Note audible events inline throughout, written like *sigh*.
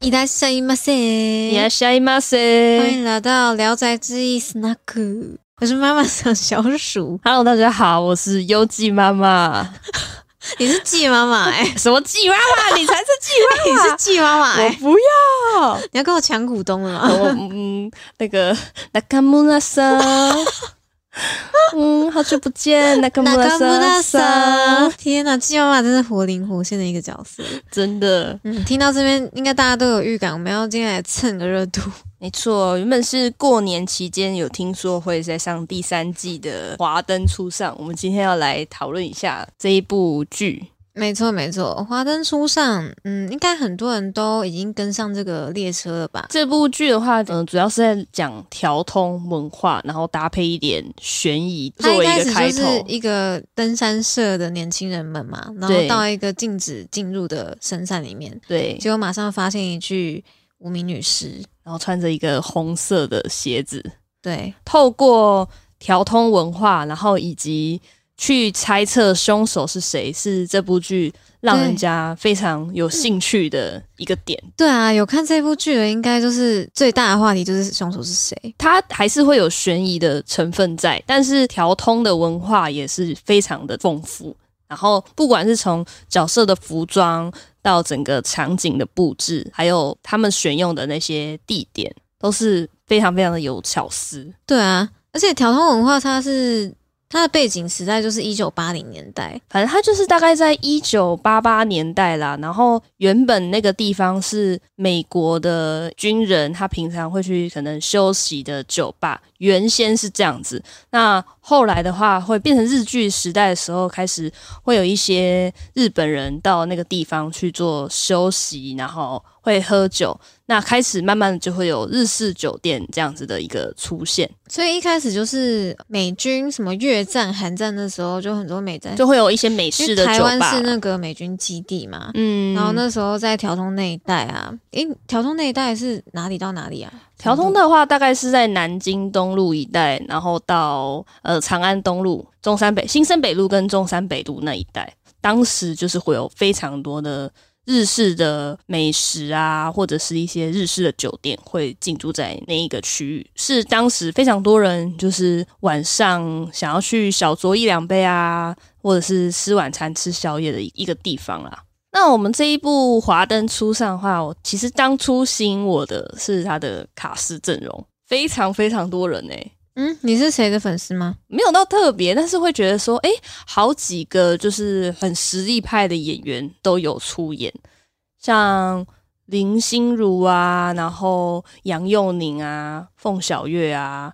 いらっしゃいませ。いらっしゃいま欢せ。迎来到《聊斋志异》snack，我是妈妈桑小鼠， Hello，大家好，我是优纪妈妈。你是季妈妈哎、 *laughs* 什么纪妈妈？你才是纪你 *laughs* 是季妈妈妈哎、我不要。你要跟我抢股东了吗？ *laughs* 我嗯，那个中村さん。 *laughs* 嗯，好久不见，中那村个さん。天哪，季妈妈真是活灵活现的一个角色。真的，嗯，听到这边应该大家都有预感，我们要今天来蹭个热度。 *laughs* 没错。原本是过年期间有听说会在上第三季的《华灯初上》，我们今天要来讨论一下这一部剧。没错没错，《华灯初上》嗯，应该很多人都已经跟上这个列车了吧？这部剧的话，嗯、主要是在讲调通文化，然后搭配一点悬疑他作一开始为一个就开是头。一个登山社的年轻人们嘛，然后对到一个禁止进入的深山里面，对，结果马上发现一具无名女尸。然后穿着一个红色的鞋子，对，透过调通文化，然后以及去猜测凶手是谁，是这部剧让对人家非常有兴趣的一个点。对啊，有看这部剧的，应该就是最大的话题就是凶手是谁。它还是会有悬疑的成分在，但是调通的文化也是非常的丰富。然后，不管是从角色的服装到整个场景的布置，还有他们选用的那些地点，都是非常非常的有巧思。对啊，而且条通文化它是它的背景时代就是一九八零年代，反正它就是大概在一九八八年代啦。然后原本那个地方是美国的军人，他平常会去可能休息的酒吧，原先是这样子。那后来的话，会变成日剧时代的时候，开始会有一些日本人到那个地方去做休息，然后会喝酒。那开始慢慢的就会有日式酒店这样子的一个出现，所以一开始就是美军什么越战、韩战的时候，就很多美战，就会有一些美因式为的台酒湾吧是。那个美军基地嘛，嗯，然后那时候在条通那一带啊，诶，条通那一带是哪里到哪里啊？调通的话，大概是在南京东路一带，然后到呃长安东路、中山北、新生北路跟中山北路那一带。当时就是会有非常多的日式的美食啊，或者是一些日式的酒店会进驻在那一个区域，是当时非常多人就是晚上想要去小酌一两杯啊，或者是吃晚餐、吃宵夜的一个地方啊啦。那我们这一部《华灯初上》的话，我其实当初吸引我的是他的卡斯阵容，非常非常多人哎、嗯，你是谁的粉丝吗？没有到特别，但是会觉得说，哎，好几个就是很实力派的演员都有出演，像林心如啊，然后杨佑宁啊，凤小岳啊，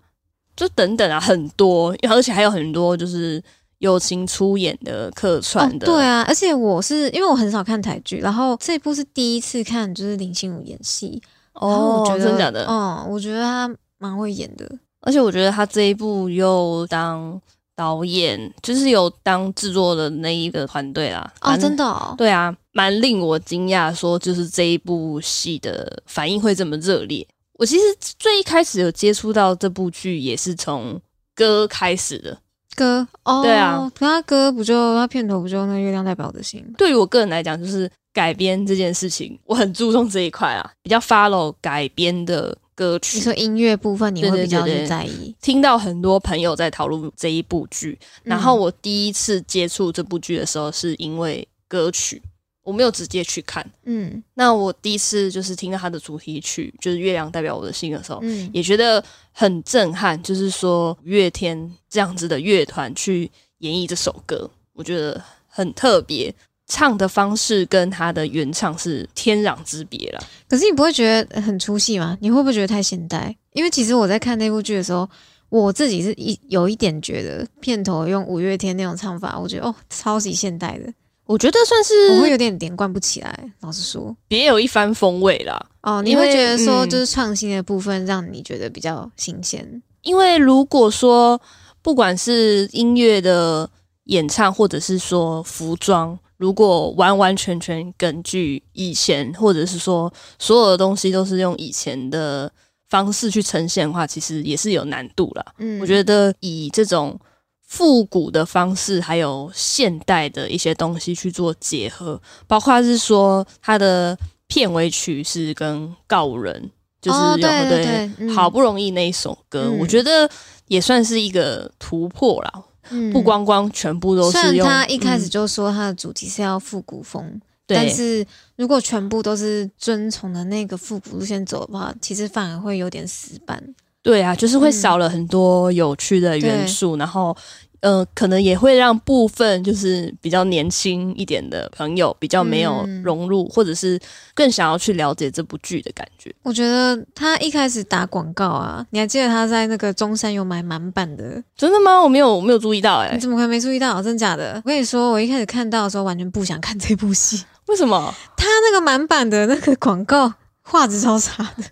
就等等啊，很多，而且还有很多就是友情出演的客串的，对啊，而且我是因为我很少看台剧，然后这部是第一次看，就是林心如演戏，然后哦我觉，得真的假的？嗯，我觉得她蛮会演的，而且我觉得他这一部又当导演，就是有当制作的那一个团队啦。哦，蛮真的、哦，对啊，蛮令我惊讶，说就是这一部戏的反应会这么热烈。我其实最一开始有接触到这部剧，也是从歌开始的。歌哦，对啊，可他歌不就他片头不就那月亮代表我的心吗？对于我个人来讲，就是改编这件事情，我很注重这一块啊，比较 follow 改编的歌曲。你说音乐部分你会对对比较对去对在意，听到很多朋友在讨论这一部剧，嗯然后我第一次接触这部剧的时候，是因为歌曲，我没有直接去看。嗯那我第一次就是听到它的主题曲，就是《月亮代表我的心》的时候，嗯，也觉得很震撼，就是说五月天这样子的乐团去演绎这首歌，我觉得很特别。唱的方式跟他的原唱是天壤之别了。可是你不会觉得很出戏吗？你会不会觉得太现代？因为其实我在看那部剧的时候。我自己是一有一点觉得片头用五月天那种唱法，我觉得哦超级现代的，我觉得算我会是有点连贯不起来。老实说，别有一番风味啦。哦，你因会为觉得说嗯就是创新的部分让你觉得比较新鲜，因为如果说不管是音乐的演唱，或者是说服装，如果完完全全根据以前，或者是说所有的东西都是用以前的方式去呈现的话，其实也是有难度啦。嗯，我觉得以这种复古的方式，还有现代的一些东西去做结合，包括是说它的片尾曲是跟告人，就是哦有、对对对嗯好不容易那一首歌，嗯我觉得也算是一个突破啦。嗯不光光全部都虽是然用他一开始嗯就说他的主题是要复古风，但对是如果全部都是遵从的那个复古路线走的话，其实反而会有点死板。对啊，就是会嗯少了很多有趣的元素，然后呃，可能也会让部分就是比较年轻一点的朋友比较没有嗯融入，或者是更想要去了解这部剧的感觉。我觉得他一开始打广告啊，你还记得他在那个中山有买满版的，真的吗？我没有，我没有注意到、欸，你哎，怎么可能没注意到？真假的？我跟你说，我一开始看到的时候完全不想看这部戏， *laughs* 为什么？他那个满版的那个广告画质超差的，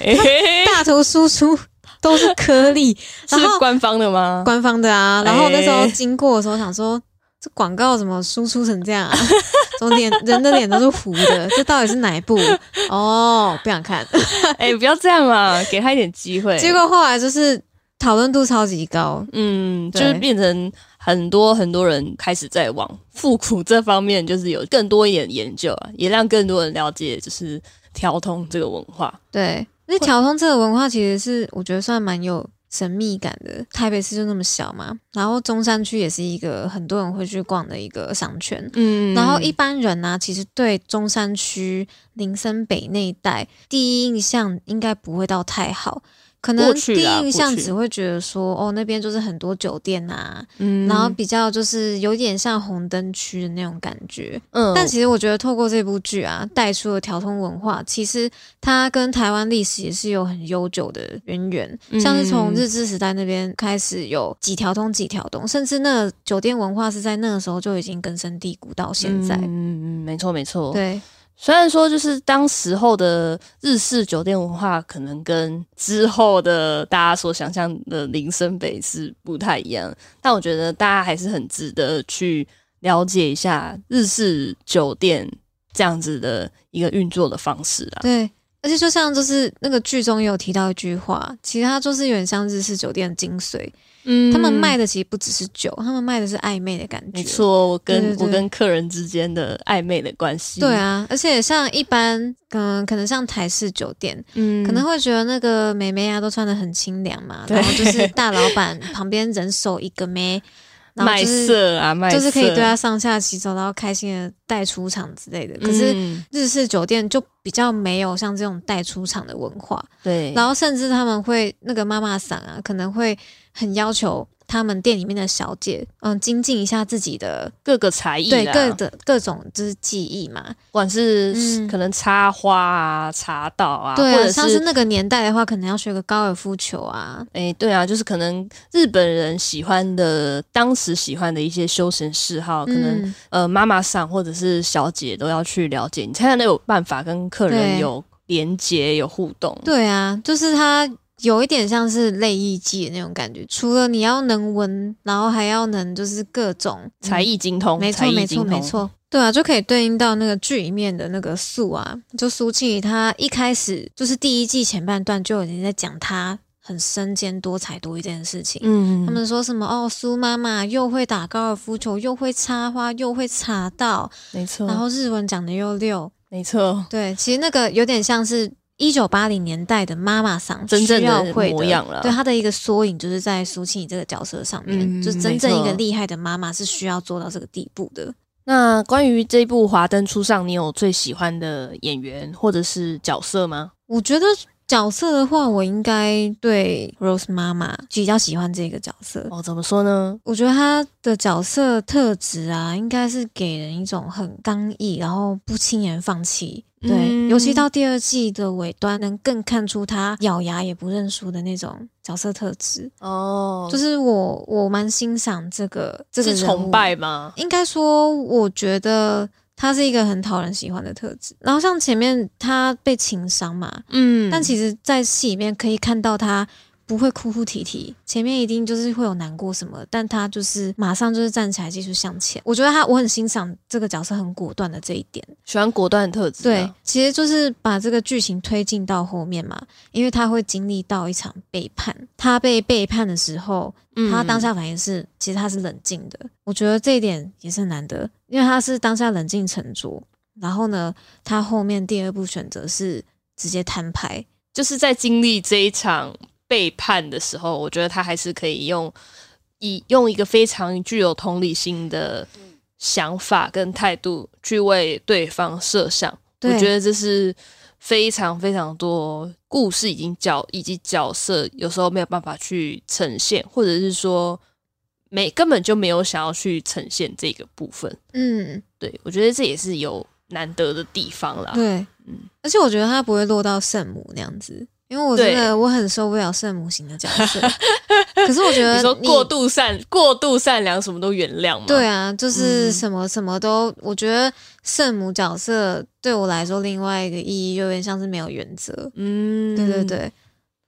欸、大头输出都是颗粒，然是后官方的吗？官方的啊。然后那时候哎经过的时候想说，这广告怎么输出成这样啊？怎么脸人的脸都是糊的？这到底是哪一部？哦，不想看。哎、不要这样嘛，给他一点机 *laughs* 会。结果后来就是讨论度超级高，嗯，就对是变成很多很多人开始在往复古 *laughs* 这方面，就是有更多一点研究啊，也让更多人了解，就是调通这个文化。对。那调通这个文化其实是我觉得算蛮有神秘感的。台北市就那么小嘛，然后中山区也是一个很多人会去逛的一个商圈。嗯然后一般人呢、其实对中山区林森北那一带第一印象应该不会到太好，可能过去第一啦印象过去只会觉得说，哦，那边就是很多酒店啊，嗯然后比较就是有点像红灯区的那种感觉。嗯但其实我觉得透过这部剧啊，带出了调通文化，其实它跟台湾历史也是有很悠久的渊源，嗯像是从日治时代那边开始有几条通几条东，甚至那个酒店文化是在那个时候就已经根深蒂固到现在。嗯嗯，没错没错。，对，虽然说就是当时候的日式酒店文化，可能跟之后的大家所想象的林森北是不太一样，但我觉得大家还是很值得去了解一下日式酒店这样子的一个运作的方式啦。对，而且就像就是那个剧中也有提到一句话，其实它就是有点像日式酒店的精髓。嗯他们卖的其实不只是酒，他们卖的是暧昧的感觉。没错，我跟对对对我跟客人之间的暧昧的关系，对，啊，而且像一般，嗯，可能像台式酒店，嗯可能会觉得那个美眉啊都穿的很清凉嘛，对然后就是大老板旁边人手一个妹，然后卖就是色啊，卖色就是可以对她上下其手，然后开心的带出场之类的。可是嗯日式酒店就比较没有像这种带出场的文化，对，然后甚至他们会那个妈妈桑啊，可能会很要求他们店里面的小姐，嗯，精进一下自己的各个才艺对啦各的各种就是技艺嘛，不管是嗯可能插花啊、茶道啊，对或啊，者像是是那个年代的话，可能要学个高尔夫球啊，哎、对啊，就是可能日本人喜欢的，当时喜欢的一些休闲嗜好，可能、嗯、呃妈妈上或者是小姐都要去了解，你才能有办法跟客人对有连接、有互动。对啊，就是它有一点像是类艺伎的那种感觉，除了你要能文，然后还要能就是各种嗯才艺精通，没才错，艺没精错，通，没错，对啊，就可以对应到那个剧里面的那个素啊，就苏庆怡，她一开始就是第一季前半段就已经在讲她很身兼多才多艺这件事情。嗯，他们说什么哦，苏妈妈又会打高尔夫球，又会插花，又会茶道，没错，然后日文讲的又溜。没错，对，其实那个有点像是一九八零年代的妈妈桑真正需的要会模样了对啊她的一个缩影，就是在苏庆怡这个角色上面，嗯就真正没错一个厉害的妈妈是需要做到这个地步的。那关于这部《华灯初上》，你有最喜欢的演员或者是角色吗？我觉得角色的话，我应该对 Rose 妈妈比较喜欢这个角色。哦，怎么说呢？我觉得她的角色特质啊，应该是给人一种很刚毅，然后不轻言放弃。对，嗯尤其到第二季的尾端，能更看出她咬牙也不认输的那种角色特质。哦，就是我，我蛮欣赏这个这个是人物崇拜吗？应该说，我觉得他是一个很讨人喜欢的特质。然后像前面他被情伤嘛，嗯但其实，在戏里面可以看到他不会哭哭啼啼，前面一定就是会有难过什么，但他就是马上就是站起来继续向前。我觉得他，我很欣赏这个角色很果断的这一点。喜欢果断的特质、啊对，，其实就是把这个剧情推进到后面嘛，因为他会经历到一场背叛。他被背叛的时候，嗯他当下反应是，其实他是冷静的。我觉得这一点也是很难得，因为他是当下冷静沉着，然后呢，他后面第二步选择是直接摊牌，就是在经历这一场背叛的时候，我觉得他还是可以用以用一个非常具有同理心的想法跟态度去为对方设想。我对觉得这是非常非常多故事已经角以及角色有时候没有办法去呈现，或者是说没根本就没有想要去呈现这个部分。嗯，对我觉得这也是有难得的地方啦。对，嗯而且我觉得他不会落到圣母那样子，因为我真对的我很受不了圣母型的角 *laughs* 色。可是我觉得你说你过度善过度善良，什么都原谅吗？对啊，就是嗯什么什么都，我觉得圣母角色对我来说另外一个意义就有点像是没有原则。嗯，对对，对。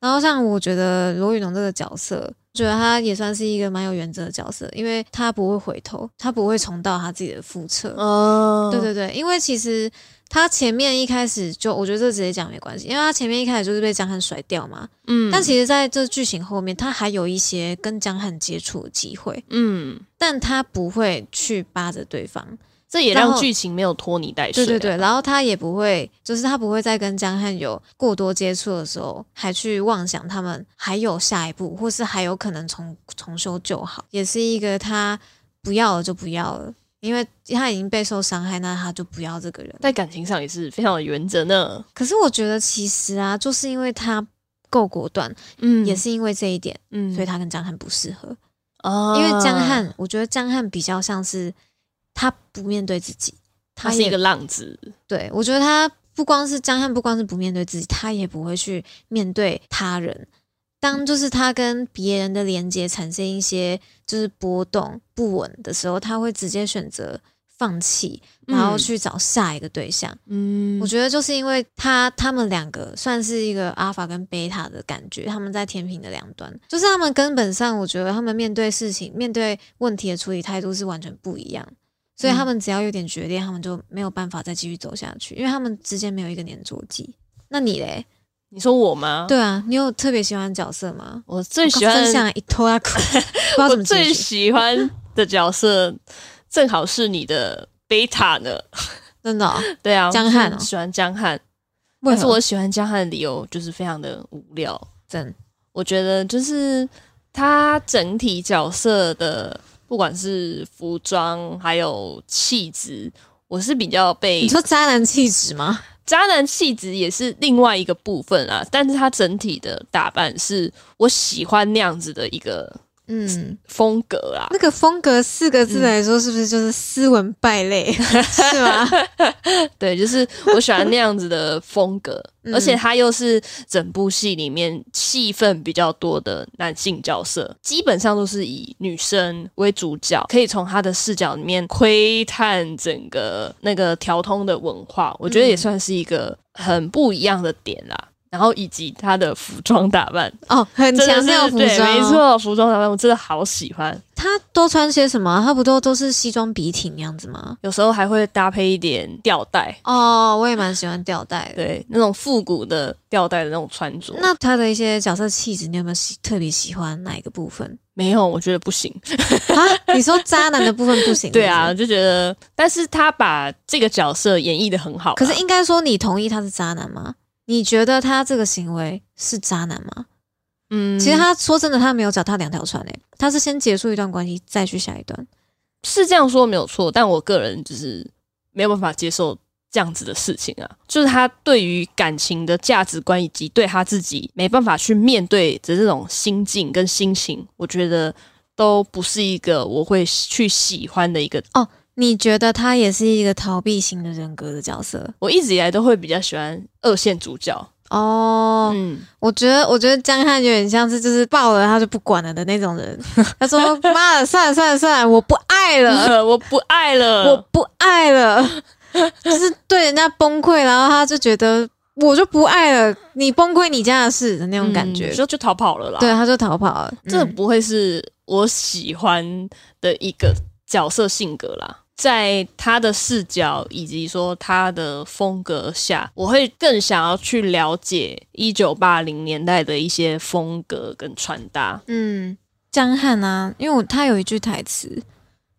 然后像我觉得罗宇农这个角色，觉得他也算是一个蛮有原则的角色，因为他不会回头，他不会重蹈他自己的覆辙。哦，对对对，因为其实他前面一开始就，我觉得这直接讲没关系，因为他前面一开始就是被江汉甩掉嘛。嗯，但其实在这剧情后面，他还有一些跟江汉接触的机会，嗯，但他不会去扒着对方。这也然让后剧情没有拖泥带水、啊对对对，，然后他也不会，就是他不会在跟江汉有过多接触的时候，还去妄想他们还有下一步，或是还有可能重重修旧好，也是一个他不要了就不要了，因为他已经备受伤害，那他就不要这个人。在感情上也是非常有原则呢。可是我觉得其实啊，就是因为他够果断，嗯也，是因为这一点，嗯所以他跟江汉不适合。哦因为江，汉，我觉得江汉比较像是他不面对自己，他是也一个浪子，对我觉得他不光是江汉，不光是不面对自己，他也不会去面对他人。嗯当就是他跟别人的连接产生一些就是波动不稳的时候，他会直接选择放弃，然后嗯去找下一个对象。嗯我觉得就是因为他他们两个算是一个阿尔法跟贝塔的感觉，他们在天平的两端，就是他们根本上，我觉得他们面对事情、面对问题的处理态度是完全不一样。所以嗯他们只要有点决裂，他们就没有办法再继续走下去，因为他们之间没有一个粘着剂。那你嘞？你说我吗？，对啊，你有特别喜欢的角色吗？我最喜我刚欢分享一拖拉 *laughs* 裤，不知道我怎么最解释，喜欢的角色，正好是你的贝塔呢。真的哦、对啊，江汉哦喜欢江汉，为但是何我喜欢江汉的理由就是非常的无聊。真我觉得就是他整体角色的，不管是服装还有气质，我是比较被你说渣男气质吗？渣男气质也是另外一个部分啊。但是他整体的打扮是我喜欢那样子的一个嗯，风格啊啦。那个风格四个字来说，是不是就是斯文败 *laughs* 类，是吗？对，就是我喜欢那样子的风格，嗯而且他又是整部戏里面戏份比较多的男性角色，基本上都是以女生为主角，可以从他的视角里面窥探整个那个调通的文化，我嗯觉得也算是一个很不一样的点啦。然后以及他的服装打扮，哦，很真的强是调服对，装，没。错，服装打扮我真的好喜欢，他都穿些什么啊？他不都都是西装笔挺那样子吗？有时候还会搭配一点吊带，哦，我也蛮喜欢吊带的。对，那种复古的吊带的那种穿着。那他的一些角色气质，你有没有喜特别喜欢哪一个部分没有，我觉得不行。啊？你说渣男的部分不 *laughs* 行？对啊，是就觉得，但是他把这个角色演绎的很好啦。啊不是，可是应该说你同意他是渣男吗？你觉得他这个行为是渣男吗？嗯，其实他说真的，他没有脚踏两条船诶、他是先结束一段关系，再去下一段。是这样说没有错，但我个人就是没有办法接受这样子的事情啊。就是他对于感情的价值观，以及对他自己没办法去面对的这种心境跟心情，我觉得都不是一个我会去喜欢的一个。你觉得他也是一个逃避型的人格的角色我一直以来都会比较喜欢二线主角。哦嗯，我觉得，我觉得江汉有点像是就是爆了他就不管了的那种 *laughs* 人。他说：“妈的，算了算了算了，我不爱了，呃我不爱 *laughs* 了，嗯我不爱了。”就是对人家崩溃，然后他就觉得我就不爱了，你崩溃你家的事的那种感觉嗯。就就逃跑了啦。对，他就逃跑了。这嗯不会是我喜欢的一个角色性格啦。在他的视角以及说他的风格下，我会更想要去了解一九八零年代的一些风格跟穿搭。嗯嗯，江汉啊，因为我他有一句台词，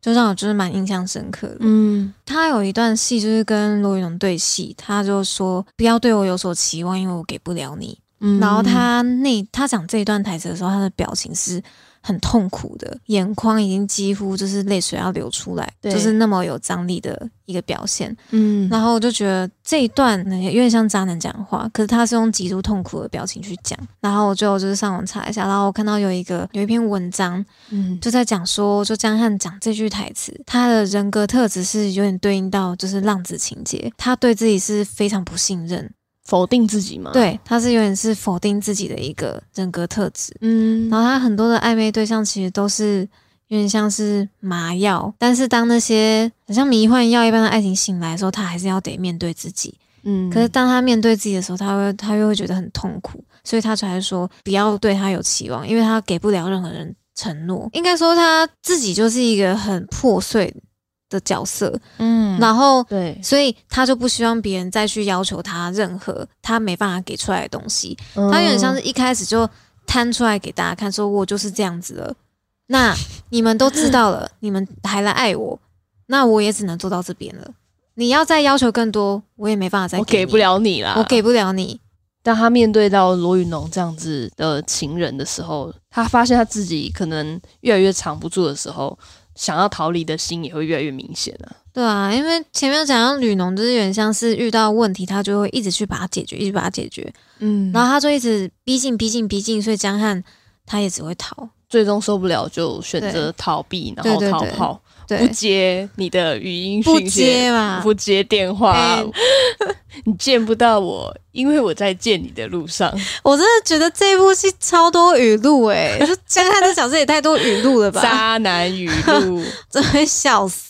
就让我就是蛮印象深刻的。嗯，他有一段戏就是跟罗云龙对戏，他就说不要对我有所期望，因为我给不了你。嗯然后他那他讲这一段台词的时候，他的表情是很痛苦的，眼眶已经几乎就是泪水要流出来，对就是那么有张力的一个表现。嗯然后我就觉得这一段呢有点像渣男讲话，可是他是用极度痛苦的表情去讲。然后我就就是上网查一下，然后我看到有一个有一篇文章，嗯就在讲说，就江汉讲这句台词，他的人格特质是有点对应到就是浪子情节，他对自己是非常不信任，否定自己嘛，，对，他是有点是否定自己的一个人格特质。嗯然后他很多的暧昧对象其实都是有点像是麻药，但是当那些很像迷幻药一般的爱情醒来的时候，他还是要得面对自己。嗯可是当他面对自己的时候，他会他又会觉得很痛苦，所以他才会说不要对他有期望，因为他给不了任何人承诺。应该说他自己就是一个很破碎的角色，嗯然后对，所以他就不希望别人再去要求他任何他没办法给出来的东西。嗯他有点像是一开始就摊出来给大家看，说我就是这样子了。那你们都知道了，你们还来爱我，那我也只能做到这边了。你要再要求更多，我也没办法再我给你不了你啦，我给不了你。当他面对到罗云龙这样子的情人的时候，他发现他自己可能越来越藏不住的时候，想要逃离的心也会越来越明显了、对啊，因为前面有讲到吕农，就是有点像是遇到问题，他就会一直去把它解决，一直把它解决，嗯然然后后他就一直逼近、逼近、逼近，所以江汉他也只会逃。最终受不了就选择对逃避，然对后对逃对跑，对不，接你的语音不讯息接嘛，不接电话，哎 *laughs* 你见不到我，因为我在见你的 *laughs* 路上。我真的觉得这部戏超多语录诶、就江汉这角色也太多语录了 *laughs* 吧，渣男语录。真会笑死。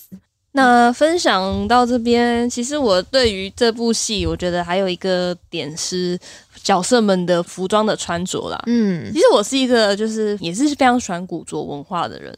那分享到这边，其实我对于这部戏，我觉得还有一个点是角色们的服装的穿着啦。嗯其实我是一个就是也是非常喜欢古着文化的人。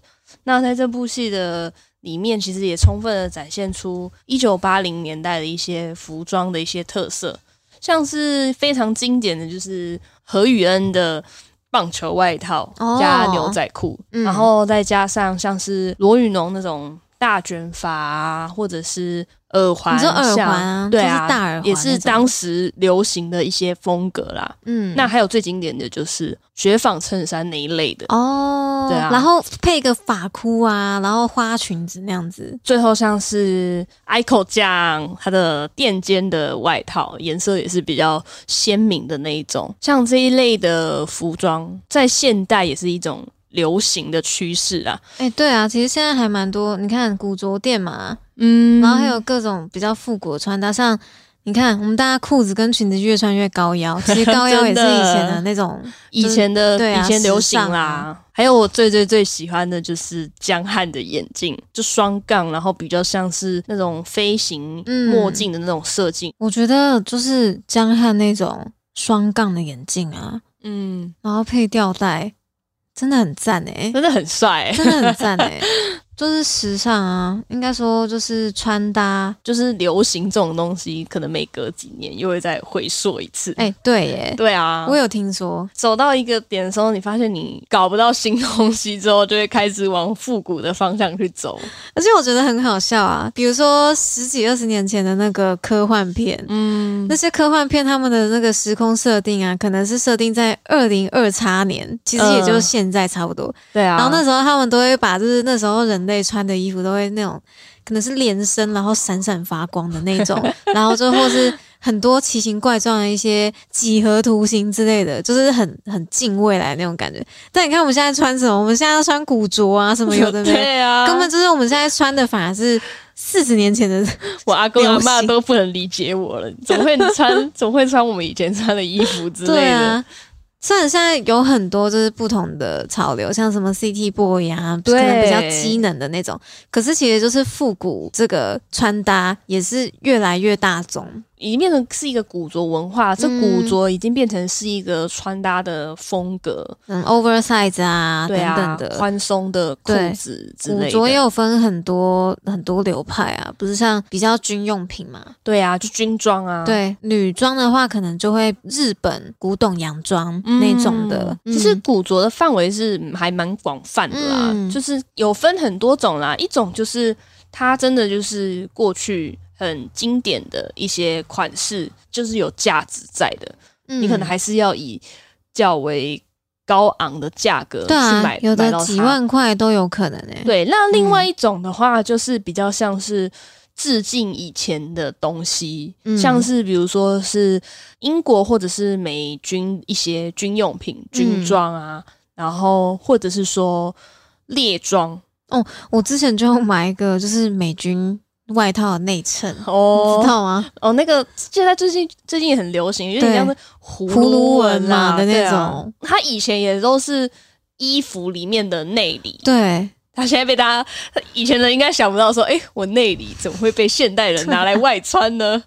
那在这部戏的里面，其实也充分的展现出一九八零年代的一些服装的一些特色，像是非常经典的就是何雨恩的棒球外套哦加牛仔裤，嗯然后再加上像是罗雨农那种大卷发啊，或者是耳环，你说耳环啊像对啊，就是大耳环也是那种当时流行的一些风格啦。嗯，那还有最经典的就是雪纺衬衫那一类的，哦，对啊然后配个发箍啊，然后花裙子那样子，最后像是 ICO 酱它的垫肩的外套颜色也是比较鲜明的那一种，像这一类的服装在现代也是一种流行的趋势啊。哎、对啊，其实现在还蛮多，你看古着店嘛，嗯然后还有各种比较复古的穿搭，像你看我们大家裤子跟裙子越穿越高 *laughs* 腰，其实高腰也真是的以前的那种，以前的、对啊以前流行时尚啦，啊还有我最最最喜欢的就是江汉的眼镜，就双杠，然后比较像是那种飞行嗯墨镜的那种设计。我觉得就是江汉那种双杠的眼镜啊，嗯，然后配吊带，真的很赞哎、真的很帅、欸。真的很赞 *laughs* 哎、就是时尚啊，应该说就是穿搭，就是流行这种东西，可能每隔几年又会再回溯一次。哎、对耶、对啊我，有听说，走到一个点的时候，你发现你搞不到新东西之后，就会开始往复古的方向去走。而且我觉得很好笑啊，比如说十几二十年前的那个科幻片，嗯那，些科幻片他们的那个时空设定啊，可能是设定在二零二叉年，其实也就是现在差不多。对啊。然后那时候他们都会把就是那时候人类穿的衣服都会那种可能是连身，然后闪闪发光的那 *laughs* 种，然后就或是很多奇形怪状的一些几何图形之类的，就是很很近未来那种感觉。但你看我们现在穿什么？我们现在要穿古着啊，什么有的没的。 *laughs* 对啊，根本就是我们现在穿的，反而是四十年前的我阿公阿流妈行都不能理解我了，怎么会穿怎么会穿我们以前穿的衣服之对类的？啊，虽然现在有很多就是不同的潮流，像什么 CT boy 啊，可对能比较机能的那种，可是其实就是复古这个穿搭也是越来越大众。已经变成是一个古着文化，这古着已经变成是一个穿搭的风格，嗯，oversize 啊对啊，等等的。宽松的裤对子之古类着也的，有分很多很多流派啊，不是像比较军用品嘛？对啊，就军装啊，，对，女装的话可能就会日本古董洋装那种的。其实嗯古着的范围是嗯还蛮广泛的啦，嗯就是有分很多种啦。一种就是它真的就是过去很经典的一些款式，就是有价值在的，你可嗯能还是要以较为高昂的价格去对啊买，，有买的到几它万块都有可能欸诶、对，那另外一种的话，就是比较像是致敬以前的东西，嗯像是比如说是英国或者是美军一些军用品、军嗯装啊，然后或者是说猎装我之前就买一个就是美军外套的内衬，你知哦道吗？哦，那个现在最近最近也很流行，有点对像是葫葫芦纹啦嘛的对那啊种，它以前也都是。衣服里面的内里，对，他现在被大家以前人应该想不到说，哎、我内里怎么会被现代人拿来外穿 *laughs* 呢？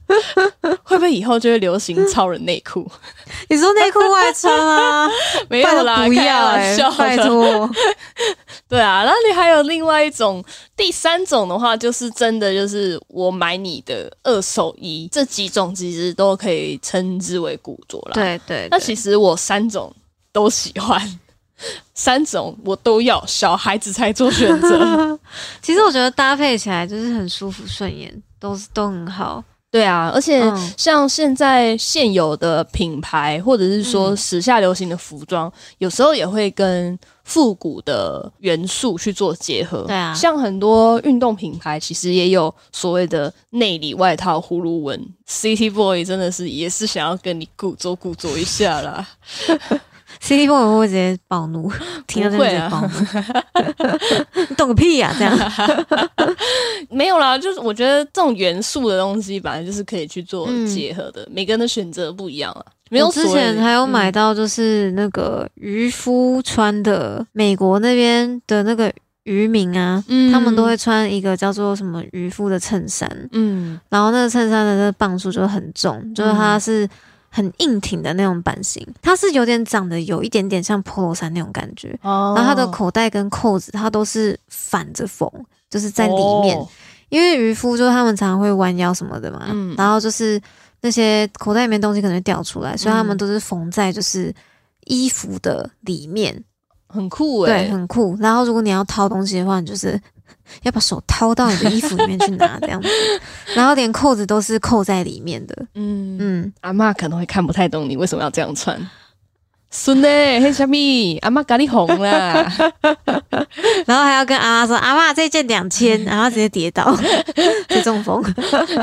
会不会以后就会流行超人内裤？你说内裤外穿啊？ *laughs* 没有啦，拜托不要开玩哎、笑拜的。 *laughs* 托，对啊，那你还有另外一种，第三种的话，就是真的就是我买你的二手衣，这几种其实都可以称之为古着啦。，对对那其实我三种都喜欢，三种我都要，小孩子才做选择。其实我觉得搭配起来就是很舒服顺眼，都是都很好。对啊，而且嗯像现在现有的品牌，或者是说嗯时下流行的服装，有时候也会跟复古的元素去做结合。对啊像很多运动品牌其实也有所谓的内里外套葫芦纹，City Boy 真的是也是想要跟你故作故作一下啦。 *laughs* CD 波我会直接暴怒，听到这不个直会接啊暴怒， *laughs* 你懂个屁呀、这样没有啦，就是我觉得这种元素的东西，本来就是可以去做结合的，每个人的选择不一样啊。 *laughs* 没嗯有我之所谓前还有嗯买到就是那个渔夫穿的，美国那边的那个渔民啊。嗯他们都会穿一个叫做什么渔夫的衬衫，嗯然后那个衬衫的那个磅数就很重，就是它是很硬挺的那种版型，它是有点长得有一点点像 polo 衫那种感觉，哦然后它的口袋跟扣子它都是反着缝，就是在里面，哦因为渔夫就是他们常常会弯腰什么的嘛，嗯然后就是那些口袋里面东西可能会掉出来，所以嗯他们都是缝在就是衣服的里面，很酷哎、对，很酷。然后如果你要掏东西的话，你就是 *laughs* 要把手掏到你的衣服里面去拿这样子，然后连扣子都是扣在里面的，嗯嗯，嗯，阿嬷可能会看不太懂你为什么要这样穿。孙呢？欸嘿，虾米？阿嬷咖喱红啦！ *laughs* 然后还要跟阿妈说阿妈这件两千，然后直接跌倒， *laughs* 就中 *laughs* 风，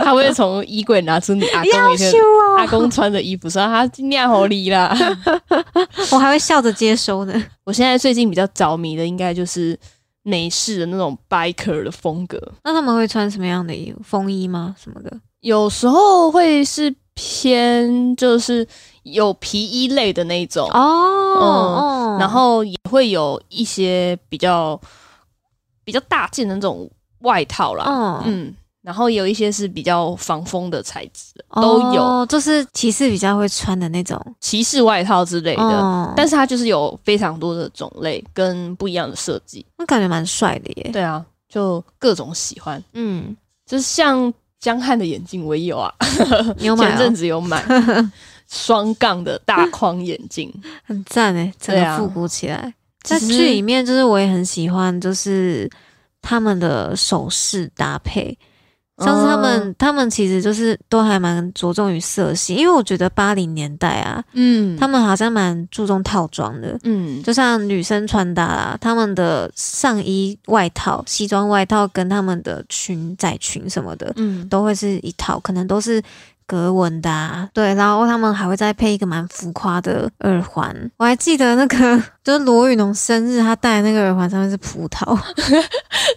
他会从衣柜拿出你阿公要以前修阿啊！公穿的衣服，说他今天好你啦。 *laughs* 我还会笑着接收呢，我现在最近比较着迷的，应该就是美式的那种 biker 的风格，那他们会穿什么样的衣服？风衣吗？什么的？有时候会是偏就是有皮衣类的那一种，哦，嗯然后也会有一些比较比较大件的那种外套啦。哦，嗯，嗯，然后有一些是比较防风的材质的，都有哦，就是骑士比较会穿的那种骑士外套之类的。哦但是它就是有非常多的种类跟不一样的设计，那感觉蛮帅的耶。对啊，就各种喜欢，嗯，就是像江汉的眼镜我也有啊，你 *laughs* 有买前阵哦，子有买双杠的大框眼 *laughs* 镜，很赞哎，整对啊个复古起来。在其实剧里面，就是我也很喜欢，就是他们的首饰搭配，像是他哦们，他们其实就是都还蛮着重于色系，因为我觉得八零年代啊，嗯，他们好像蛮注重套装的，嗯就像女生穿搭啦，她们的上衣、外套、西装外套跟她们的裙、窄裙什么的，嗯都会是一套，可能都是格纹的、啊。对，然后她们还会再配一个蛮浮夸的耳环。我还记得那个 *laughs* 就是罗宇农生日，他戴的那个耳环上面是葡萄， *laughs*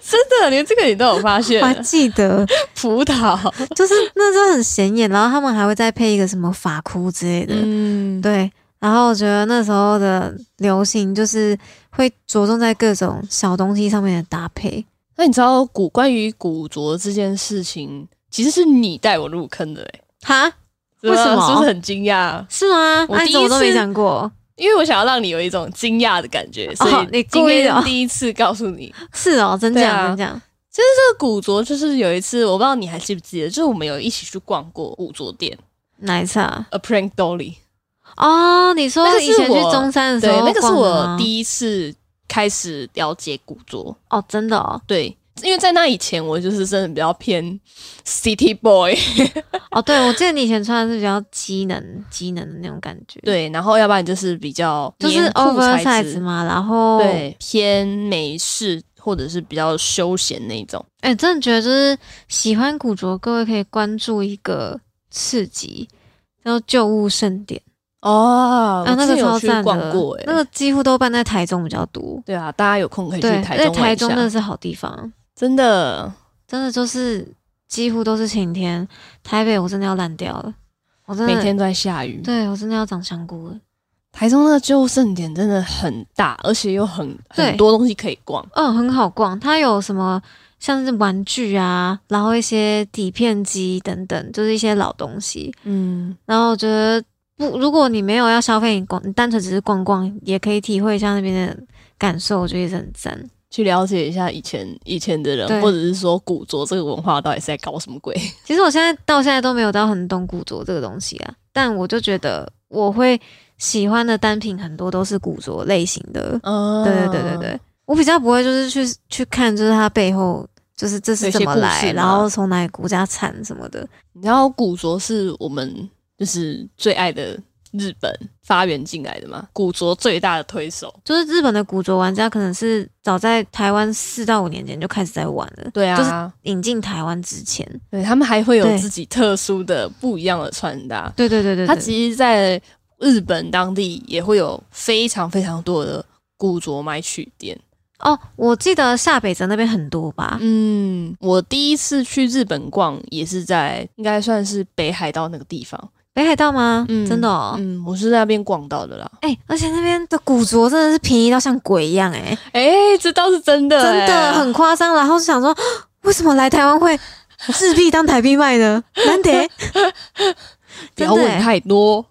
真的连这个你都有发现 *laughs* 我，还记得，葡萄，就是那真的很显眼。然后他们还会再配一个什么发箍之类的，嗯，对，然后我觉得那时候的流行就是会着重在各种小东西上面的搭配。那你知道古关于古着这件事情，其实是你带我入坑的、欸，哈，为什么是不是很惊讶？是吗？我那第你怎一么都没次啊讲 *laughs* 过？因为我想要让你有一种惊讶的感 *laughs* 觉，所以你今故意的天哦第一次告诉 *laughs* 你。是哦，真对假、啊真假。这古着就是有一次，我不知道你还记不记得，就是我们有一起去逛过古着店奶茶，A Prank Dolly。哦，你说那个是以前去我中山的时对，候那个是逛的我吗第一次开始了解古着。哦，真的哦，对，因为在那以前，我就是真的比较偏 City Boy。哦，对，我记得你以前穿的是比较机能机能的那种感觉，，对，然后要不然就是比较就是棉裤材质 oversize 嘛，然后，对，偏美式或者是比较休闲那种。哎，真的觉得就是喜欢古着，各位可以关注一个市集。叫做旧物盛典哦啊，那个超有去赞逛的过、欸，，那个几乎都办在台中比较多。对啊，大家有空可以去对，台而且中玩台一下，中真的是好地方，真的。真的就是几乎都是晴天。台北我真的要烂掉了，我真的每天都在下雨，对我真的要长香菇了。台中那个旧盛典真的很大，而且又很对很多东西可以逛。嗯，很好逛，它有什么像是玩具啊，然后一些底片机等等，就是一些老东西。嗯，然后我觉得不，如果你没有要消费，你逛，你单纯只是逛逛，也可以体会一下那边的感受，我觉得也是很赞。去了解一下以前以前的人，对或者是说古着这个文化到底是在搞什 *laughs* 么鬼？其实我现在到现在都没有到很懂古着这个东西啊，但我就觉得我会喜欢的单品很多都是古着类型的。嗯，对对对对对，我比较不会就是去去看，就是它背后就是这有是一些怎么故来，事然嘛后从哪个国家产什么的。你知道古着是我们就是最爱的日本发源进来的吗？古着最大的推手，就是日本的古着玩家可能是早在台湾四到五年前就开始在玩了，对啊，就是引进台湾之前，对他们还会有对自己特殊的不一样的穿搭。对对对对它他其实，在日本当地也会有非常非常多的古着买取店。哦，我记得下北泽那边很多吧，嗯，我第一次去日本逛也是在应该算是北海道那个地方。北海道吗？嗯真的哦。嗯，我是在那边逛到的啦。哎、而且那边的古着真的是便宜到像鬼一样、哎、哎、这倒是真的、真的哎很夸张。然后就想说，为什么来台湾会日币当台币卖呢？难 *laughs* 得，不真要的、问哎太多，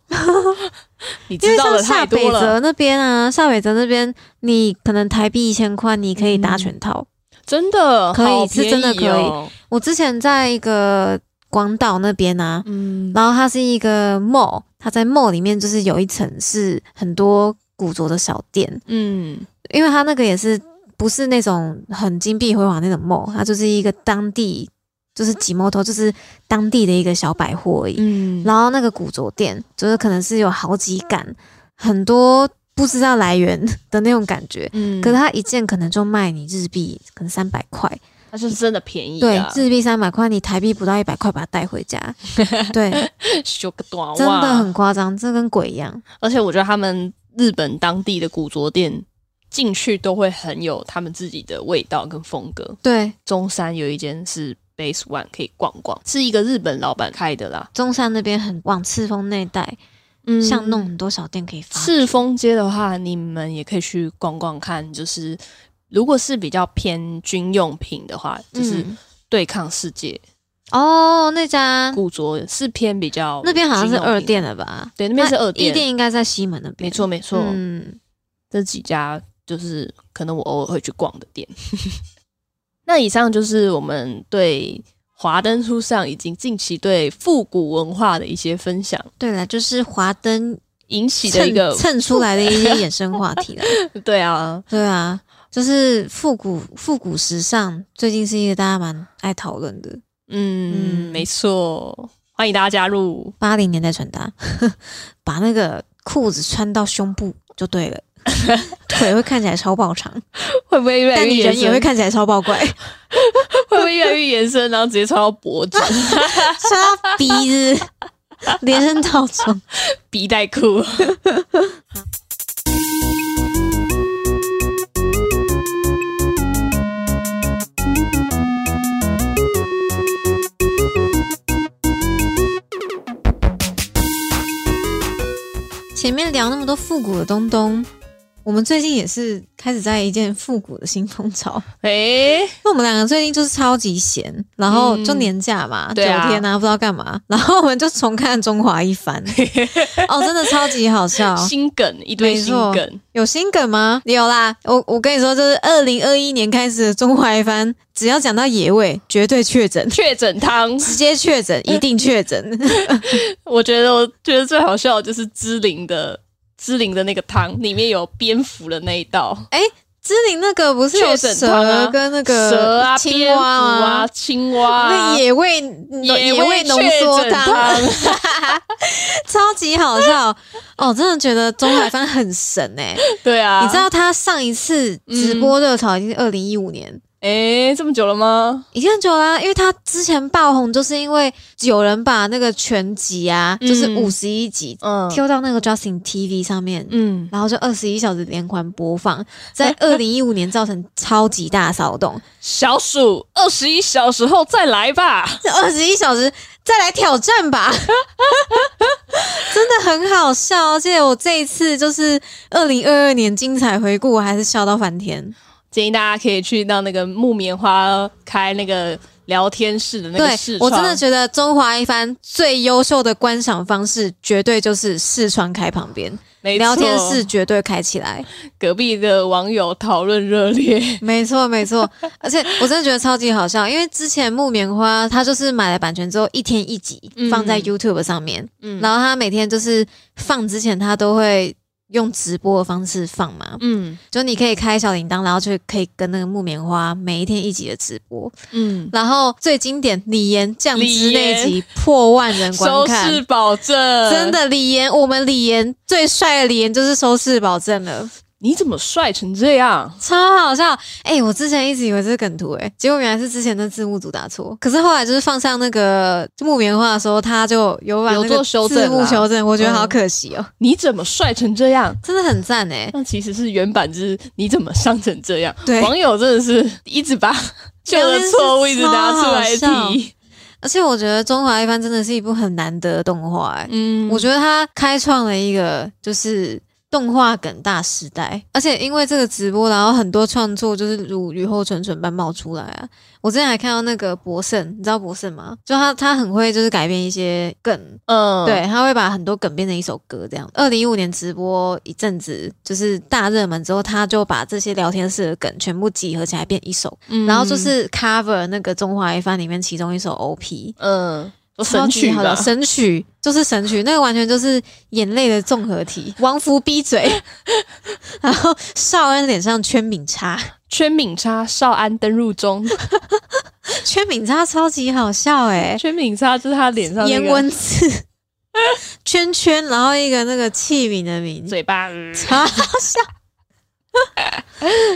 你因知为道像的下太北多了，泽那边啊，下北泽那边，你可能台币一千块，你可以嗯打全套，真的可以好是真的便宜哦我之前在一个广岛那边啊，嗯，然后它是一个 mall，它在 mall 里面就是有一层是很多古着的小店，嗯，因为它那个也是不是那种很金碧辉煌那种 mall，它就是一个当地就是几摩头，就是当地的一个小百货而已。嗯，然后那个古着店就是可能是有好几杆，很多不知道来源的那种感觉。嗯可是它一件可能就卖你日币可能三百块，它是真的便宜对啊，，日币三百块，你台币不到一百块把它带 *laughs* 回家，对，修个短袜，真的很夸张，这跟鬼一样。而且我觉得他们日本当地的古着店进去都会很有他们自己的味道跟风格。对，中山有一间是 Base One，可以逛逛，是一个日本老板开的啦。中山那边很往赤峰那一带，嗯像弄很多小店可以发。赤峰街的话，你们也可以去逛逛看，就是。如果是比较偏军用品的话，就是嗯对抗世界、哦，那家古着是偏比较那边好像是军用品二，店了吧？对，那边是二一店，店应该在西门那边。没错没错，嗯，这几家就是可能我偶尔会去逛的店。 *laughs* 那以上就是我们对华灯初上以及近期对复古文化的一些分享，对了，就是华灯引起的一蹭个蹭出来的一些衍生话 *laughs* 题了。对啊，对啊，就是复古复古时尚，最近是一个大家蛮爱讨论的。嗯，嗯没错，欢迎大家加入。八零年代穿搭， *laughs* 把那个裤子穿到胸部就对 *laughs* 了，腿会看起来超爆长， *laughs* 会不会越来但越你延人也伸？会会看起来超爆怪，不会越来越延伸，然后直接穿到脖 *laughs* 子、 *laughs* 穿到鼻子，连身套装。皮带裤？ *laughs* 前面聊那么多复古的东东，我们最近也是开始在一件复古的新风潮，诶、因为我们两个最近就是超级闲，然后就嗯年假嘛，九、对啊天啊，不知道干嘛，然后我们就重看《中华一 *laughs* 番》，哦，真的超级好笑。心梗一堆没心错梗，有新梗吗？有啦，我我跟你说，就是二零二一年开始的《中华一番》，只要讲到野味，绝对确诊， *laughs* 确诊汤。直接确 *laughs* 诊，一定确诊。 *laughs* 我觉得我觉得最好笑的就是芝灵的芝灵的那个汤，里面有蝙蝠的那一道，知名那个不是哎有确诊汤啊蛇跟那个蛇啊、青蝙蝠蛙啊、青蛙啊那。野味野味味浓确缩诊汤， *laughs* 超级好笑哦！真的觉得钟海帆很神 *laughs* 哎、对啊，你知？道他上一次直嗯播热潮已经是二零一五年，哎，这么久了吗？已经很久啊啦、因为他之前爆红就是因为有人把那个全集啊，嗯就是五十一集嗯丢到那个 Justin TV 上面。嗯，然后就二十一小时连环播 *laughs* 放，在二零一五年造成超级大骚动。小鼠二十一小时后再来吧。这二十一小时再来挑战吧， *laughs* 真的很好笑。而且我这一次就是二零二二年精彩回顾，我还是笑到翻天。建议大家可以去到那个木棉花开那个聊天室的那对个视我窗，真的觉得中华一番最优秀的观赏方式，绝对就是视窗开旁边，没错聊天室绝对开起来。隔壁的网友讨论热烈。没错，没错。 *laughs* 而且我真的觉得超级好笑，因为之前木棉花它就是买了版权之后，一天一集嗯放在 YouTube 上面，嗯然后它每天就是放之前，它都会用直播的方式放嘛，嗯就你可以开小铃铛，然后就可以跟那个木棉花每一天一集的直播。嗯，然后最经典李岩酱汁李那岩集破万人观收看，视保证，真的李岩，我们李岩最帅的李岩就是收视保证了。你怎么帅成这样？超好笑！哎、我之前一直以为这是梗图、哎，结果原来是之前的字幕组打错。可是后来就是放上那个木棉花的时候，他就有把那有个做修正字幕啦修正，我觉得嗯好可惜哦、你怎么帅成这样？真的很赞哎、那其实是原版是你怎么上成这样？对网友真的是一直 *laughs* 把旧的错误一直拿出真的来是超好提。而且我觉得《中华一番》真的是一部很难得的动画、哎、嗯我觉得它开创了一个就是。动画梗大时代，而且因为这个直播，然后很多创作就是如雨后春笋般冒出来啊！我之前还看到那个博胜，你知道博胜吗？就他他很会就是改变一些梗，嗯，对，他会把很多梗变成一首歌这样。二零一五年直播一阵子，就是大热门之后，他就把这些聊天室的梗全部集合起来变一首，嗯然后就，是 cover 那个《中华一番》里面其中一首 OP。嗯，说超神级曲好吧的，神曲就是神曲，那个完全就是眼泪的综合 *laughs* 体。王福闭嘴， *laughs* 然后少恩脸上圈敏叉，圈敏叉少安登入中，圈敏叉超级好笑哎、圈敏叉就是他脸上那颜个文字圈圈，然后一个那个器皿的皿，嘴巴，超笑。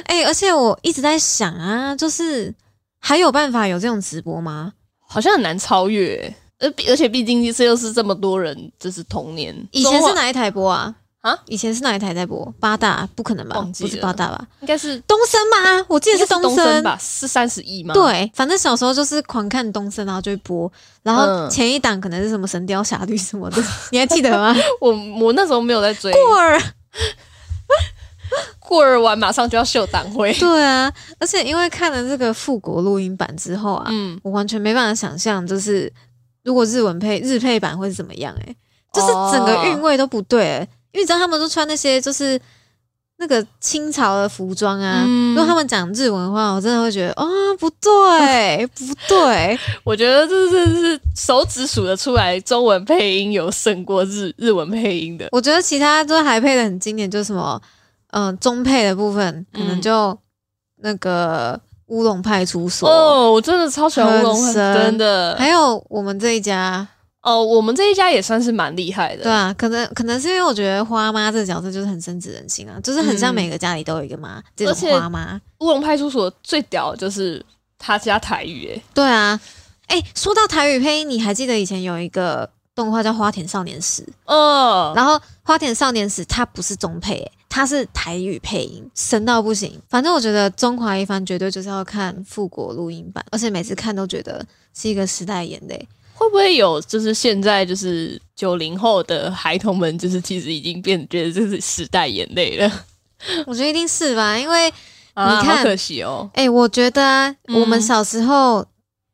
哎、而且我一直在想啊，就是还有办法有这种直播吗？好像很难超越。而而且呃毕竟这又是这么多人，就是童年。以前是中华哪一台播啊？啊，以前是哪一台在播？八大不可能吧？忘记不了是八大吧？应该是东森吗？我记得应该东东森吧？是三十亿吗？，对，反正小时候就是狂看东森，然后就会播，然后嗯前一档可能是什么《神雕侠侣》什么 *laughs* 的，你还记得吗？我我那时候没有在追。过儿，过儿完马上就要秀党 *laughs* 徽。对啊，而且因为看了这个复国录音版之后啊，嗯，我完全没办法想象，就是如果日文配日配版会是怎么样、欸？就是哦整个韵味都不对、欸，因为你知道他们都穿那些就是那个清朝的服装啊。嗯如果他们讲日文的话，我真的会觉得啊、不 *laughs* 对，不对，我觉得这是是手指数得出来，中文配音有胜过日日文配音的。我觉得其他都还配的很经典，就是什么，嗯、中配的部分可能嗯就那个乌龙派出所，哦，我真的超喜欢乌龙很汉，神哎真的。还有我们这一家，哦，我们这一家也算是蛮厉害的。对啊，可能可能是因为我觉得花妈这个角色就是很深植人心啊，就是很像嗯每个家里都有一个妈、这而种且花妈。乌龙派出所最屌的就是他家台语，诶，对啊，哎、说到台语配音，你还记得以前有一个动画叫《花田少年时》，哦，然后《花田少年时》它不是中配、欸，它是台语配音，神到不行。反正我觉得《中华一番》绝对就是要看复国录音版，而且每次看都觉得是一个时代眼泪。会不会有就是现 *laughs* 在就是九零后的孩童们，就是其实已经变觉得这是时代眼泪了？我觉得一定是吧，因为啊，你看好可惜哦。哎、我觉得啊，嗯我们小时候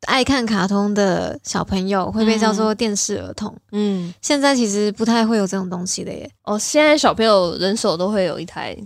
爱看卡通的小朋友会被叫做电视儿童，嗯，现在其实不太会有这种东西的耶。哦，现在小朋友人手都会有一台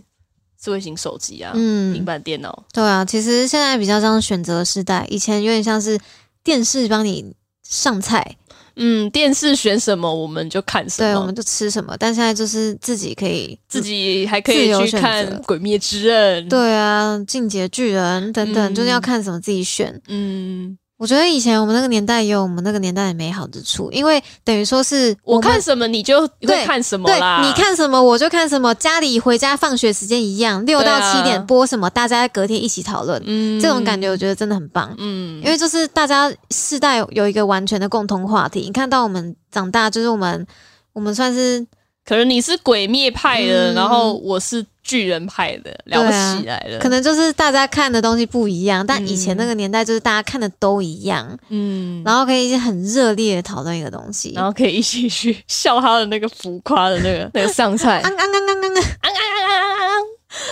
智慧型手机啊，平嗯，板电脑。对啊，其实现在比较像选择时代，以前有点像是电视帮你上菜，嗯，电视选什么我们就看什么。对，我们就吃什么，但现在就是自己可以自。己还可自以由去选看择《鬼灭之刃》。，对啊，进阶巨人等等，嗯就是要看什么自己选。嗯，我觉得以前我们那个年代也有我们那个年代的美好之处，因为等于说是我们看什么你就会对看什么对啦。，你，看什么我就看什么，家里回家放学时间一样，六对到啊七点播什么，大家隔天一起讨论，嗯这种感觉我，觉得真的很棒。嗯，因为就是大家世代有一个完全的共同话题，你看到我们长大，就是我们我们算是可能你是鬼灭派的，嗯然后我是巨人派的，聊对啊起来了。可能就是大家看的东西不一样，但嗯以前那个年代就是大家看的都一样，嗯，然后然后可以很热烈的讨论一个东西。可以一起去 *laughs* 笑他的那个浮夸的那个那个上菜，昂昂昂昂昂，昂，啊啊啊啊啊！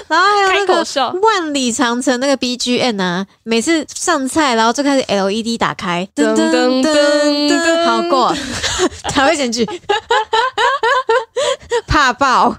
然后还有开那口个笑， *laughs* 万里长城那个 BGM 啊，每次上菜然后就开始 LED 打开，噔噔噔噔噔噔噔，噔好 *laughs* 过，台湾选举， *laughs* 怕爆。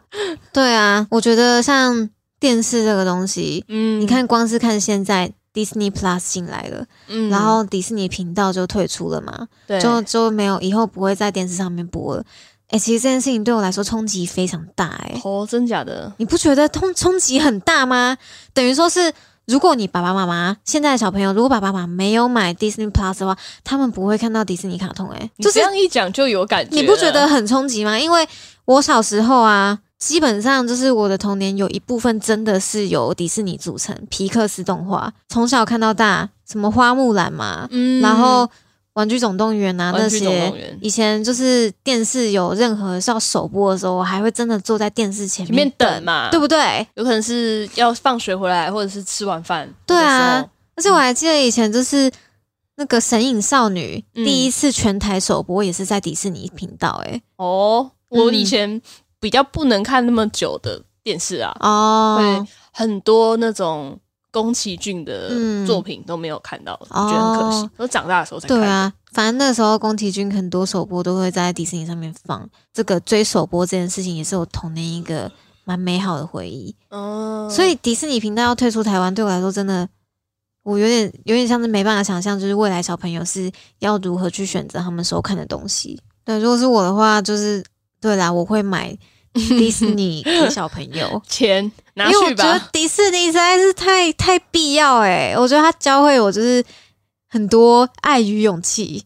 对啊，我觉得像电视这个东西，嗯，你，看光是看现在 Disney Plus 进来了，嗯然后迪士尼频道就退出了嘛，对，就就没有以后不会在电视上面播了。哎、其实这件事情对我来说冲击非常大、诶哦，真假的，你不觉得冲冲击很大吗？等于说是，如果你爸爸妈妈现在的小朋友，如果爸爸妈妈没有买 Disney Plus 的话，他们不会看到迪士尼卡通、欸。哎，你就是这样一讲就有感觉了，你不觉得很冲击吗？因为我小时候啊，基本上就是我的童年有一部分真的是由迪士尼组成，皮克斯动画，从小看到大，什么花木兰嘛，嗯？然后玩具总动员啊那玩具总些动。员以前就是电视有任何是要首播的时候，我还会真的坐在电视前前面等嘛，对不对？有可能是要放学回来，或者是吃完饭。对啊有的时候，而且我还记得以前就是那个《神隐少女》嗯第一次全台首播也是在迪士尼频道、欸，哦，我嗯以前比较不能看那么久的电视啊，哦会，很多那种宫崎骏的嗯作品都没有看到，哦觉得很可惜。我长大的时候才看。对，啊，反正那时候宫崎骏很多首播都会在迪士尼上面放，这个追首播这件事情也是我童年一个蛮美好的回忆。嗯，所以迪士尼频道要退出台湾，对我来说真的。我有点有点像是没办法想象，就是未来小朋友是要如何去选择他们收看的东西。对，如果是我的话，就是对啦，我会 *laughs* 买迪士尼给小朋 *laughs* 友，钱因拿为我去觉得吧。迪士尼实在是太太必要诶、我觉得它教会我就是很多爱与勇 *laughs* 气，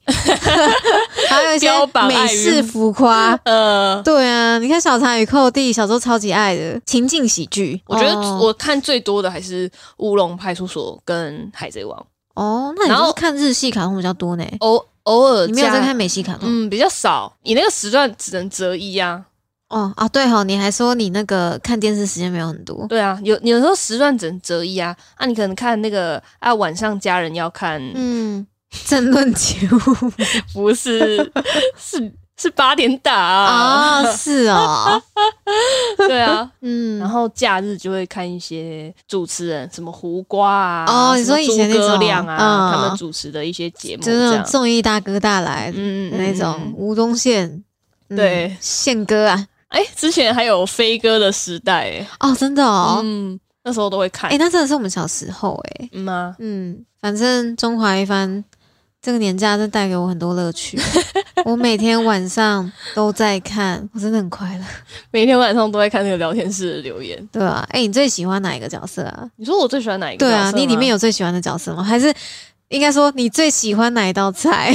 还有一些标榜爱美与式浮 *laughs* 夸。呃，对啊，你看《小茶与寇弟》，小时候超级爱的情境喜剧。我觉得哦我看最多的还是《乌龙派出所》跟《海贼王》，哦，那你然就后是看日系卡通比较多呢？偶偶尔你没有在加看美系卡通？嗯，比较少。你那个时段只能择一啊。哦啊，对哈、哦，你还说你那个看电视时间没有很多。对啊，有有时候时段只能择一啊。啊，你可能看那个啊，晚上家人要看， *laughs* 嗯，政论节目不是 *laughs* 是是八点打啊。啊、是 *laughs* 哦，对啊， *laughs* 嗯，然后假日就会看一些主持人，什么胡瓜啊，哦什么你说以前那诸葛种亮啊，嗯他们主持的一些节目就这那种。样综艺大哥大来的嗯那种，吴宗宪，嗯对宪哥啊，哎、之前还有飞哥的时代、欸，哦，真的哦，嗯，那时候都会看，哎、那真的是我们小时候哎、嗯吗、嗯，反正中华一番这个年假真带给我很多乐 *laughs* 趣，我每天晚上都在看，我真的很快乐，每天晚上都在看那个聊天室的留言。对啊，哎、你最喜欢哪一个角色啊？你说我最喜欢哪一个对角色啊吗？，你里面有最喜欢的角色吗？还是应该说你最喜欢哪一道 *laughs* 菜？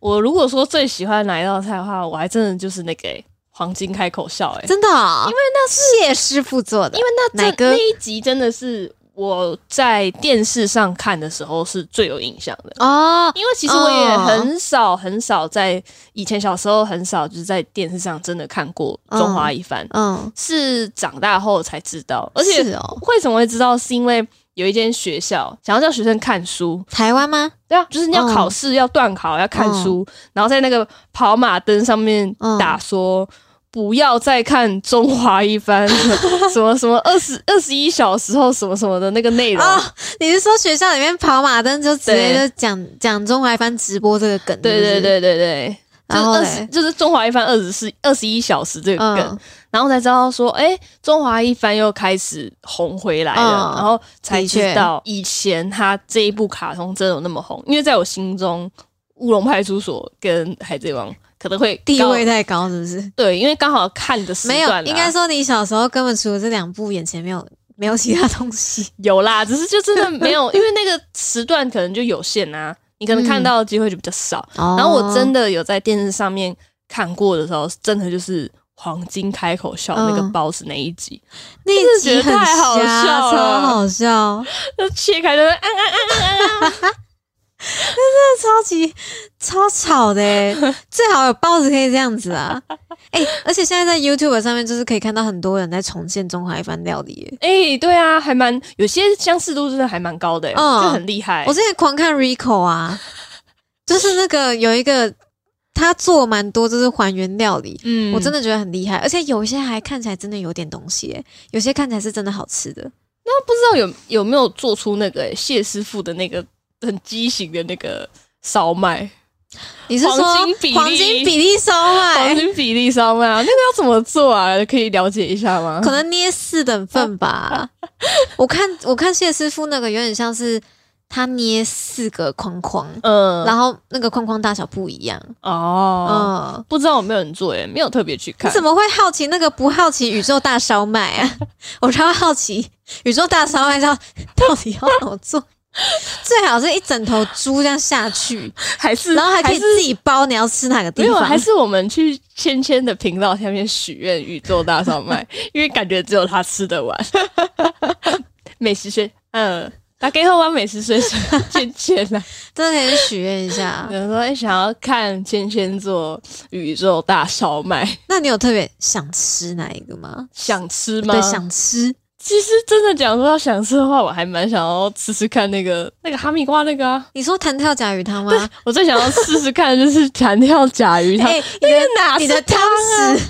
我如果说最喜欢哪一道菜的话，我还真的就是那个、欸、黄金开口笑、欸，哎，真的、哦，因为那是谢师傅做的，因为那奶这哥那一集真的是我在电视上看的时候是最有印象的。哦，因为其实我也很少很少在以前小时候很少就是在电视上真的看过《中华一番》嗯，是长大后才知道。而且是哦，为什么会知道，是因为有一间学校想要叫学生看书，台湾吗？对啊，就是你要考嗯试、要断考、要看书，然后在那个跑马灯上面打说。不要再看《中华一番》 *laughs* 什么什么二十二十一小时后什么什么的那个内容。哦，你是说学校里面跑马灯就直接就讲讲中华一番直播这个梗？对是不对是，对对对，就是然后二嘞十，就是《中华一番》二十四二十一小时这个梗，嗯然后才知道说，哎、中华一番又开始红回来了，嗯然后才的确知道以前他这一部卡通真的有那么红，因为在我心中，《乌龙派出所》跟《海贼王》可能会地高位太高是不是？对，因为刚好看的时没段啦有，应该说你小时候根本除了这两部，眼前没有没有其他东西。有啦，只是就真的没有，因为那个时段可能就有限啊，你可能嗯看到的机会就比较少。然然后我哦真的有在电视上面看过的时候，真的就是黄金开口笑那个嗯 boss 那一集，那集真的觉很得太好瞎笑了超好笑，就切开就是嗯这超级超吵的 *laughs* 欸，最好有报纸可以这样子啊！ *laughs* 哎、而且现在在 YouTube 上面就是可以看到很多人在重现中华一番料理耶。哎、对啊，还蛮有些相似度真的还蛮高的、欸，嗯就很厉害我。之前狂看 Rico *laughs* 啊，就是那个有一个他做蛮多就是还原料理，嗯我真的的觉得很厉害，而且有一些还看起来真的有点东西耶，有些看起来是真的好吃的。不知道有有没有做出那个、欸谢师傅的那个很畸形的那个烧麦，你是说黄金比例黄金比例烧黄麦？金比例烧麦啊， *laughs* 那个要怎么做啊？可以了解一下吗？可能捏四等份 *laughs* 吧。我看我看谢师傅那个有点像是他捏四个框框，嗯，然后那个框框大小不一样。哦，嗯，不知道有没有人做耶，没有特别去你看。怎么会好奇那个不好奇宇宙大烧麦啊？我超好奇宇宙大烧麦到到底要怎么做？最好是一整头猪这样下去，还是然后还可以是自己包你要吃哪个地没有，啊方。还是我们去芊芊的频道下面许愿宇宙大烧 *laughs* 麦，因为感觉只有他吃得完。美食学，嗯，打给后玩美食学生芊芊 *laughs* 啊，真的可以去许愿一下有。人说、欸、想要看芊芊做宇宙大烧麦，那你有特别想吃哪一个吗？想吃吗？对，。想吃。其实真的讲说要想吃的话，我还蛮想要吃吃看那个那个哈密瓜那个啊，你说弹跳甲鱼汤吗？我最想要试试看的就是弹跳 *laughs* 甲鱼汤。哎、那你个的哪你是的汤汤啊？匙，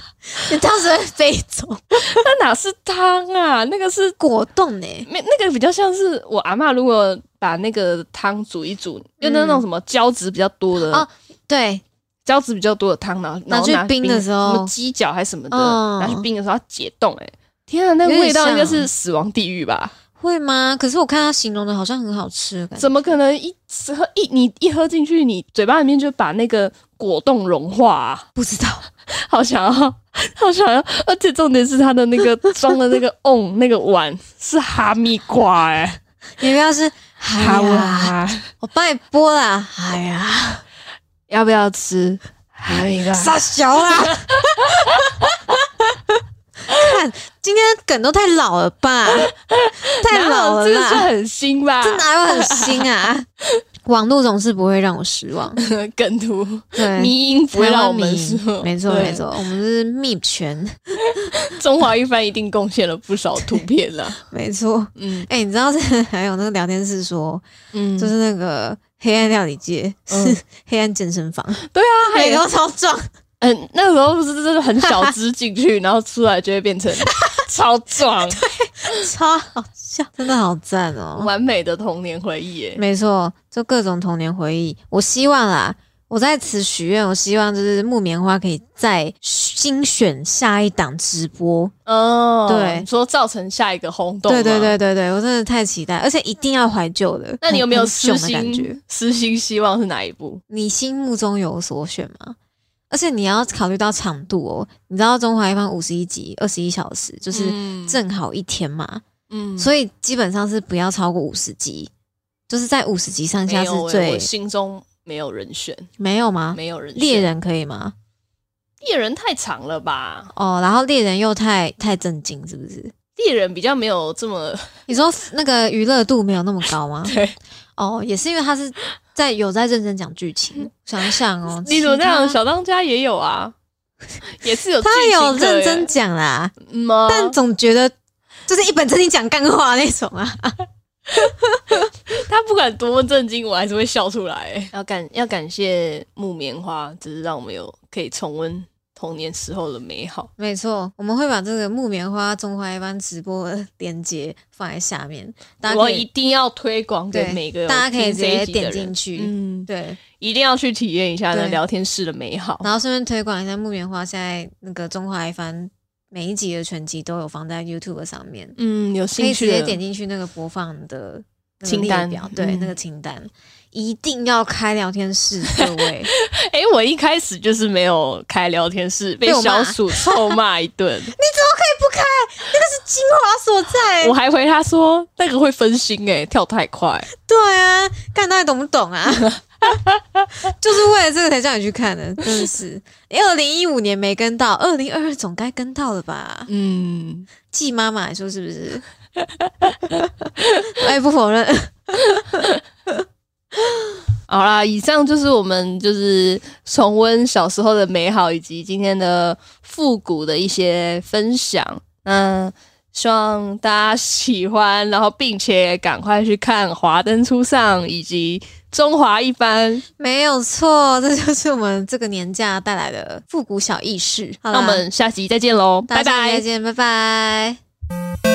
你的汤匙会飞走，那哪是汤啊？那个是果冻呢、没那个比较像是我阿嬷如果把那个汤煮一煮，用那种什么胶质比较多的、哦对，胶质比较多的汤，然后拿然后去拿冰的时候什么鸡脚还是什么的，嗯拿去冰的时候它解冻、欸，哎，天啊，那有点味道应该像是死亡地狱吧？会吗？可是我看他形容的好像很好吃的感觉。怎么可能一喝一你一喝进去，你嘴巴里面就把那个果冻融化、啊？不知道，好想要， *laughs* 好想要！而且重点是它的那个装的那个 *laughs* 瓮那个碗是哈密瓜、欸，你们要是哎哎，呀，我帮你剥啦，哎呀，要不要吃？哈密瓜傻小啊啦！ *laughs* 看，今天的梗都太老了吧，太老了这个是啦，很新吧？这哪有很新啊？网络总是不会让我失望，梗图对，迷音不会让我们台湾说，迷没错对没，错，我们是蜜圈，中华一番一定贡献了不少图片啊了。 *laughs* 没错。嗯哎、你知道这还有那个聊 *laughs* 天室说，嗯，就是那个黑暗料理界、嗯是黑暗健 *laughs* 身房，哎他啊还每个都超壮，嗯，那时候不是真的很小只进 *laughs* 去，然后出来就会变成超壮，超好笑， *laughs* 真的好赞哦、完美的童年回忆耶。没错，就各种童年回忆。我希望啦，我在此许愿，我希望就是木棉花可以再精选下一档直播。哦，对你说造成下一个轰动。对对。对对对，我真的太期待，而且一定要怀旧的。那你有没有很私囧的感觉心？私心希望是哪一部？你心目中有所选吗？而且你要考虑到长度哦，你知道《中华一番》五十一集二十一小时，就是嗯正好一天嘛，嗯所以基本上是不要超过五十集，就是在五十集上没下是有欸最我心中没有人选，没有吗？没有人选猎人可以吗？猎人太长了吧？哦，然后猎人又太太震惊，是不是？猎人比较没有这么？你说那个娱乐度没有那么高吗 *laughs* 对，哦，也是因为他是在有在认真讲剧 *laughs* 情，想想哦，你怎么这其样？他小当家也有 *laughs* 啊，也是有他有剧情的认耶真讲啦，嗯吗？但总觉得就是一本正经讲干话那种啊。他不管多么震惊，我还是会笑出来。要感要感谢木棉花，只是让我们有可以重温童年时候的美好。没错，我们会把这个木棉花中华一班直播的链接放在下面，大家我可一以定要推广给对每个有大家可以听直这一接集点的人进去，嗯，对，一定要去体验一下那对聊天室的美好。然后顺便推广一下木棉花，现在那个中华一番每一集的全集都有放在 YouTube 上面，嗯，有可以兴直趣接的点进去那个播放的那个清列单表，对，嗯那个清单一定要开聊天室，各 *laughs* 位，哎、我一开始就是没有开聊天室，被被我小骂鼠臭骂一 *laughs* 顿。精华所在我，还回他说那个会分心哎、跳太快。对啊，看到底懂不懂啊？ *laughs* 就是为了这个才叫你去看的，真的是。二零一五年没跟到，二零二二总该跟到了吧？嗯，季妈妈来说是不是？ *laughs* 我也不否认。好啦，以上就是我们就是重温小时候的美好，以及今天的复古的一些分享。嗯，希望大家喜欢，然后并且赶快去看《华灯初上》以及《中华一番》。没有错，这就是我们这个年假带来的复古小意识。好啦那我们下集再见喽，大拜家下集拜再。见，拜拜。